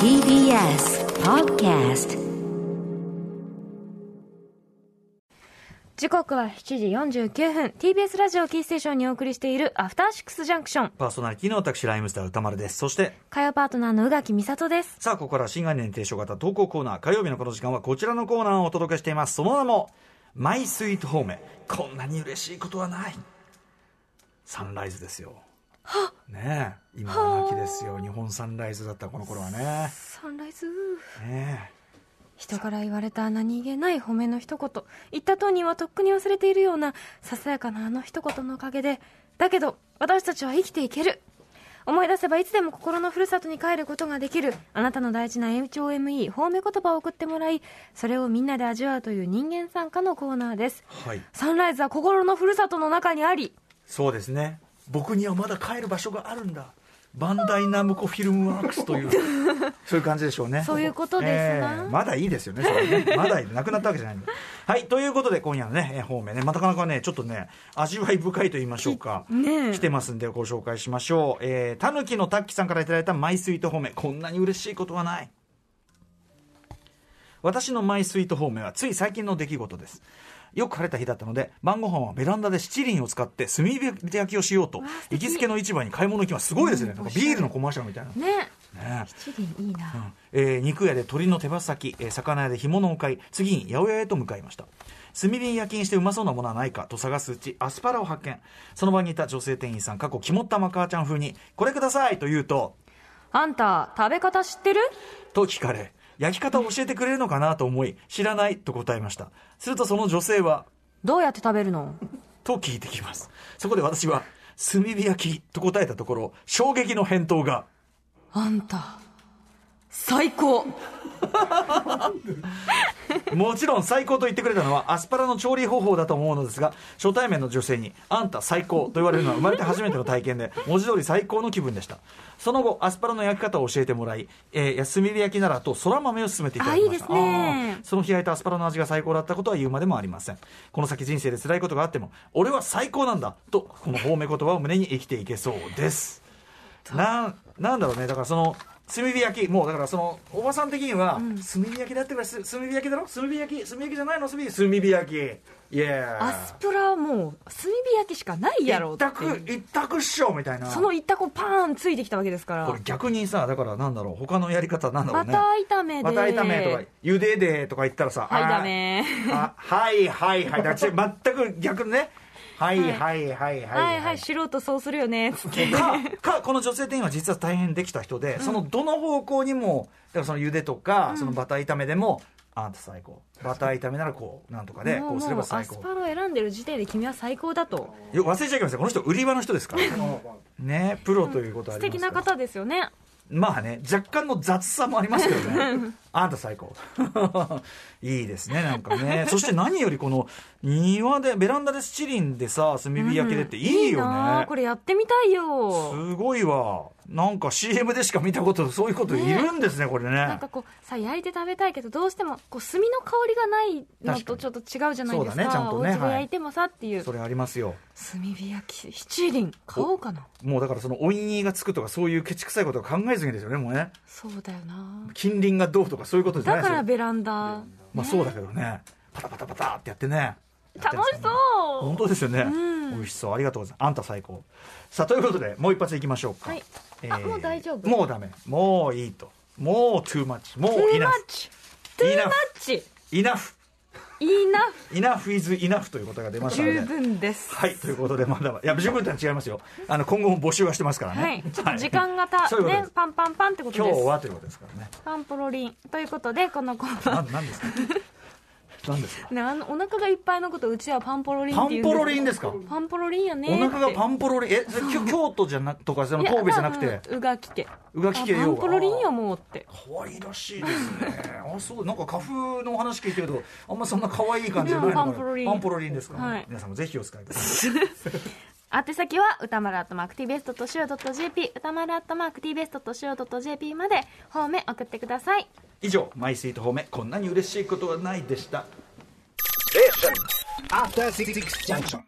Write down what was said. TBS Podcast 時刻は7時49分 TBS ラジオキーステーションにお送りしているアフターシックスジャンクションパーソナリティの私、ライムスター歌丸です。そして、火曜パートナーの宇垣美里ですさあ、ここから新概念提唱型投稿コーナー、火曜日のこの時間はこちらのコーナーをお届けしています。その名も、マイスイートホームこんなに嬉しいことはない。サンライズですよ。ねえ、今は泣きですよ。日本サンライズだったこの頃はね。サンライズね人から言われた何気ない褒めの一言言った当人はとっくに忘れているようなささやかなあの一言のおかげでだけど私たちは生きていける思い出せばいつでも心のふるさとに帰ることができるあなたの大事な HOME 褒め言葉を送ってもらいそれをみんなで味わうという人間参加のコーナーですえはい。サンライズは心のふるさとの中にありそうですね。僕にはまだ帰る場所があるんだ。バンダイナムコフィルムワークスと いう、そういう感じでしょうね。そういうことですなまだいいですよね、それはね。まだいいなくなったわけじゃないんで。はい、ということで、今夜のね、えー方面ね、またなかなかね、ちょっとね、味わい深いと言いましょうか。ねえ来てますんで、ご紹介しましょう。えー、たぬきのたっきさんからいただいたマイスイート方面。こんなに嬉しいことはない。私のマイスイート方面はつい最近の出来事です。よく晴れた日だったので、晩ご飯はベランダで七輪を使って炭火焼きをしようと、行きつけの市場に買い物行きます。すごいですね。なんかビールのコマーシャルみたいな。ねね七輪いいな、えー肉屋で鶏の手羽先、えー魚屋で干物を買い次に八百屋へと向かいました炭火に焼きにしてうまそうなものはないかと探すうちアスパラを発見その場にいた女性店員さん過去肝っ玉母ちゃん風に「これください」と言うとあんた食べ方知ってると聞かれ焼き方を教えてくれるのかなと思い知らないと答えましたするとその女性はどうやって食べるのと聞いてきますそこで私は炭火焼きと答えたところ衝撃の返答があんた最高 もちろん最高と言ってくれたのはアスパラの調理方法だと思うのですが初対面の女性に「あんた最高」と言われるのは生まれて初めての体験で文字通り最高の気分でしたその後アスパラの焼き方を教えてもらい、えー、休みで焼きならとそら豆を勧めていただきましたあいいですねあーその日焼いたアスパラの味が最高だったことは言うまでもありませんこの先人生で辛いことがあっても俺は最高なんだとこの褒め言葉を胸に生きていけそうですなんなんだろうねだからその炭火焼きもうだからそのおばさん的には、炭火焼きだってから炭火焼きだろ炭火焼き炭火焼きじゃないの炭火炭火焼きイエーアスプラはもう炭火焼きしかないやろ一択一択っしょみたいなその一択をパーンついてきたわけですからこれ逆にさだからなんだろう他のやり方なんだろうバねター炒めでまた炒めとか茹ででとか言ったらさはいあーダメあはいはいはいだから全く逆ねはいはいはいはいはいはい素人そうするよねつってかかこの女性店員は実は大変できた人で、そのどの方向にもだからその茹でとか、そのバター炒めでもあんた最高バター炒めならこうなんとかでもこううすれもうばア最ス高パラを選んでる時点で君は最高だとよ忘れちゃいけませんこの人売り場の人ですからねプロということはあ素りま敵すかなら方ですよねまあね若干の雑さもありますけど ねあんた最高 いいですねなんかねそして何よりこの庭でベランダで七輪でさ炭火焼きでっていいよね、なあこれやってみたいよすごいわなんか CM でしか見たことそういうこといるんですねこれなねんかこうさ焼いて食べたいけどどうしてもこう炭の香りがないのと確ちょっと違うじゃないですそうだねちゃんかおとね家ではい焼いてもさっていうそれありますよ炭火焼き七輪買おうかなもうだからその音韻がつくとかそういうケチくさいことは考えずにですよねもうねそうだよな近隣がどうとかそういうことじゃなだいかですらよベランダ、まあそうだけどねパタパタパタってやってね楽しうそ本う当ですよね、うん美味しそうありがとうございますあんた最高さあということでもう一発いきましょうか、はいあもう大丈夫もうダメもういいともう too much もトうゥ enough ーマッチトゥーマッチ enough いいな enough is enough ということが出ましたので十分ですはい、ということで、まだ、いや、十分とは違いますよ。あの、今後も募集はしてますからね。はいちょっと時間がはいた、そういうことねですパンパンパンってこと今で日すはということですからね。パンポロリンということでこのコーナな、なんですか。なん ですか。 ーねあのお腹がいっぱいのことうちはパンポロリンパっていンうんポロリンでですか。すパンポロリンやねおーって腹がパンポロリン、え、それきょ京都じゃなく、とか、その神戸じゃなくいやて。多分宇垣家宇垣家あ要パはンポロリンよもうって可愛らしいですね。あ、そう、なんか花粉のお話聞いてると、あんまそんな可愛い感じじゃないのかいやパンな。ポロリンパンポロリンですか。はい皆さんもぜひお使いください。宛先は歌丸アットマーク TBS.CO.JP 歌丸アットマーク TBS.CO.JP まで方面送ってください以上、マイスイート方面、こんなに嬉しいことはないでした。 After Six Junction.